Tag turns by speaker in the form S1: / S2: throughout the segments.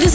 S1: this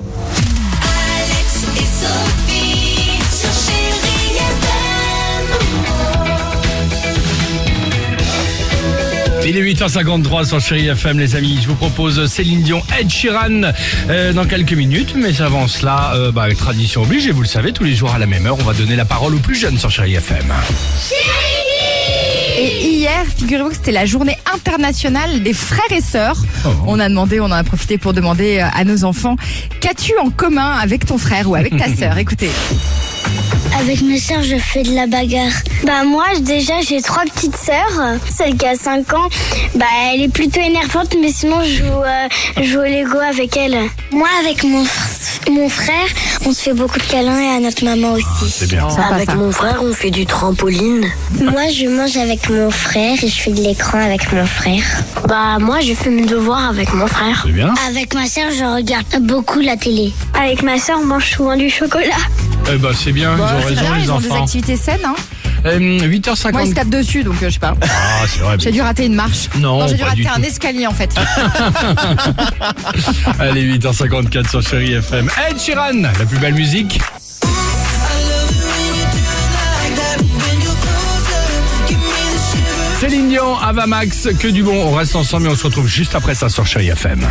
S2: Alex et Sophie sur Chéri FM.
S3: Il est 8h53 sur Chéri FM, les amis. Je vous propose Céline Dion, Ed Sheeran euh, dans quelques minutes. Mais avant cela, euh, bah, tradition oblige, et vous le savez, tous les jours à la même heure, on va donner la parole aux plus jeunes sur Chéri FM.
S4: Et hier, figurez-vous que c'était la journée internationale des frères et sœurs.
S3: Oh.
S4: On a demandé, on en a profité pour demander euh, à nos enfants qu'as-tu en commun avec ton frère ou avec ta sœur Écoutez.
S5: Avec mes sœurs, je fais de la bagarre. Bah moi, déjà, j'ai trois petites sœurs. Celle qui a 5 ans, bah elle est plutôt énervante, mais sinon, je joue, euh, je joue au Lego avec elle. Moi, avec mon, fr- mon frère, on se fait beaucoup de câlins et à notre maman aussi.
S3: Ah, C'est bien.
S4: Avec
S6: mon frère, on fait du trampoline.
S5: Moi, je mange avec mon frère et je fais de l'écran avec mon frère. Bah moi, je fais mes devoirs avec mon frère.
S3: C'est bien.
S5: Avec ma sœur, je regarde beaucoup la télé. Avec ma sœur, on mange souvent du chocolat.
S3: Eh ben, c'est bien, ils ont
S4: Bah, C'est
S3: raison,
S4: bien,
S3: les
S4: ils ont des
S3: enfants.
S4: activités saines. Hein.
S3: Euh,
S4: Moi, ils se
S3: 8h50.
S4: tapent dessus, donc euh, je sais pas.
S3: Ah, c'est vrai.
S4: J'ai dû rater une marche.
S3: Non,
S4: j'ai dû
S3: pas du
S4: rater un
S3: tout.
S4: escalier en fait.
S3: Allez, 8h54 sur Chéri FM. Ed Sheeran, la plus belle musique. Céline Dion, Ava Max, que du bon. On reste ensemble et on se retrouve juste après ça sur Chéri FM.